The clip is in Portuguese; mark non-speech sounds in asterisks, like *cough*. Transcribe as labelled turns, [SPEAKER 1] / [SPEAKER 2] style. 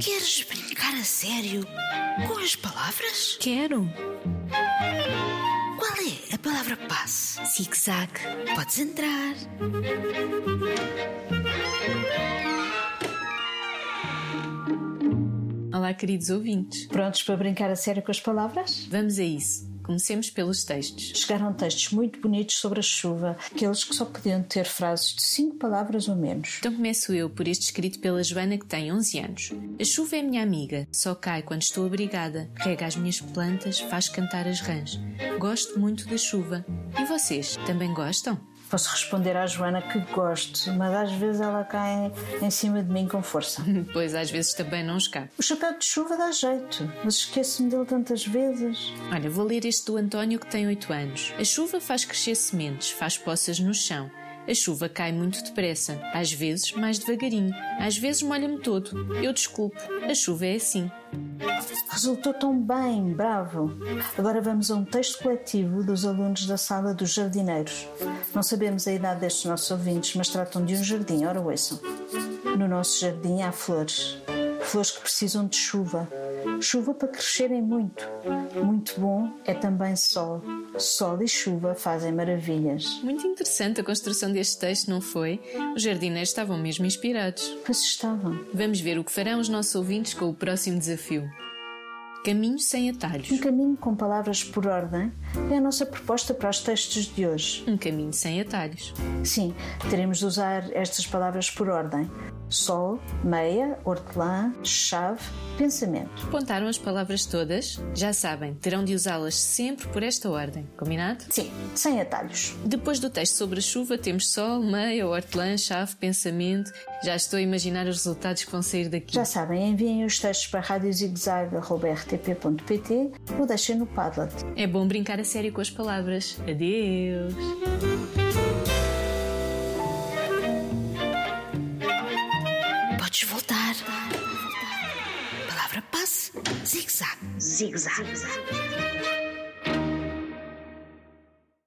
[SPEAKER 1] Queres brincar a sério com as palavras?
[SPEAKER 2] Quero.
[SPEAKER 1] Qual é a palavra passe?
[SPEAKER 2] Zig-zag.
[SPEAKER 1] Podes entrar.
[SPEAKER 2] Olá, queridos ouvintes.
[SPEAKER 3] Prontos para brincar a sério com as palavras?
[SPEAKER 2] Vamos a isso. Comecemos pelos textos.
[SPEAKER 3] Chegaram textos muito bonitos sobre a chuva, aqueles que só podiam ter frases de cinco palavras ou menos.
[SPEAKER 2] Então começo eu por este escrito pela Joana, que tem 11 anos. A chuva é minha amiga, só cai quando estou abrigada, rega as minhas plantas, faz cantar as rãs. Gosto muito da chuva. E vocês, também gostam? *laughs*
[SPEAKER 3] Posso responder à Joana que gosto, mas às vezes ela cai em cima de mim com força.
[SPEAKER 2] Pois às vezes também não escapa.
[SPEAKER 3] O chapéu de chuva dá jeito, mas esqueço-me dele tantas vezes.
[SPEAKER 2] Olha, vou ler este do António que tem 8 anos. A chuva faz crescer sementes, faz poças no chão. A chuva cai muito depressa, às vezes mais devagarinho, às vezes molha-me todo. Eu desculpo, a chuva é assim.
[SPEAKER 3] Resultou tão bem, bravo! Agora vamos a um texto coletivo dos alunos da sala dos jardineiros. Não sabemos a idade destes nossos ouvintes, mas tratam de um jardim, ora ouçam. No nosso jardim há flores. Flores que precisam de chuva. Chuva para crescerem muito. Muito bom é também sol. Sol e chuva fazem maravilhas.
[SPEAKER 2] Muito interessante a construção deste texto, não foi? Os jardineiros estavam mesmo inspirados.
[SPEAKER 3] Pois estavam.
[SPEAKER 2] Vamos ver o que farão os nossos ouvintes com o próximo desafio. Caminho sem
[SPEAKER 3] Um
[SPEAKER 2] atalhos.
[SPEAKER 3] caminho com palavras por ordem é a nossa proposta para os textos de hoje.
[SPEAKER 2] Um caminho sem atalhos.
[SPEAKER 3] Sim, teremos de usar estas palavras por ordem: sol, meia, hortelã, chave, pensamento.
[SPEAKER 2] Apontaram as palavras todas? Já sabem, terão de usá-las sempre por esta ordem, combinado?
[SPEAKER 3] Sim, sem atalhos.
[SPEAKER 2] Depois do texto sobre a chuva, temos sol, meia, hortelã, chave, pensamento. Já estou a imaginar os resultados que vão sair daqui.
[SPEAKER 3] Já sabem, enviem os textos para radiozigzag.rtp.pt ou deixem no Padlet.
[SPEAKER 2] É bom brincar a sério com as palavras. Adeus!
[SPEAKER 1] Podes voltar. Palavra passe, zig-zag.
[SPEAKER 4] zigzag.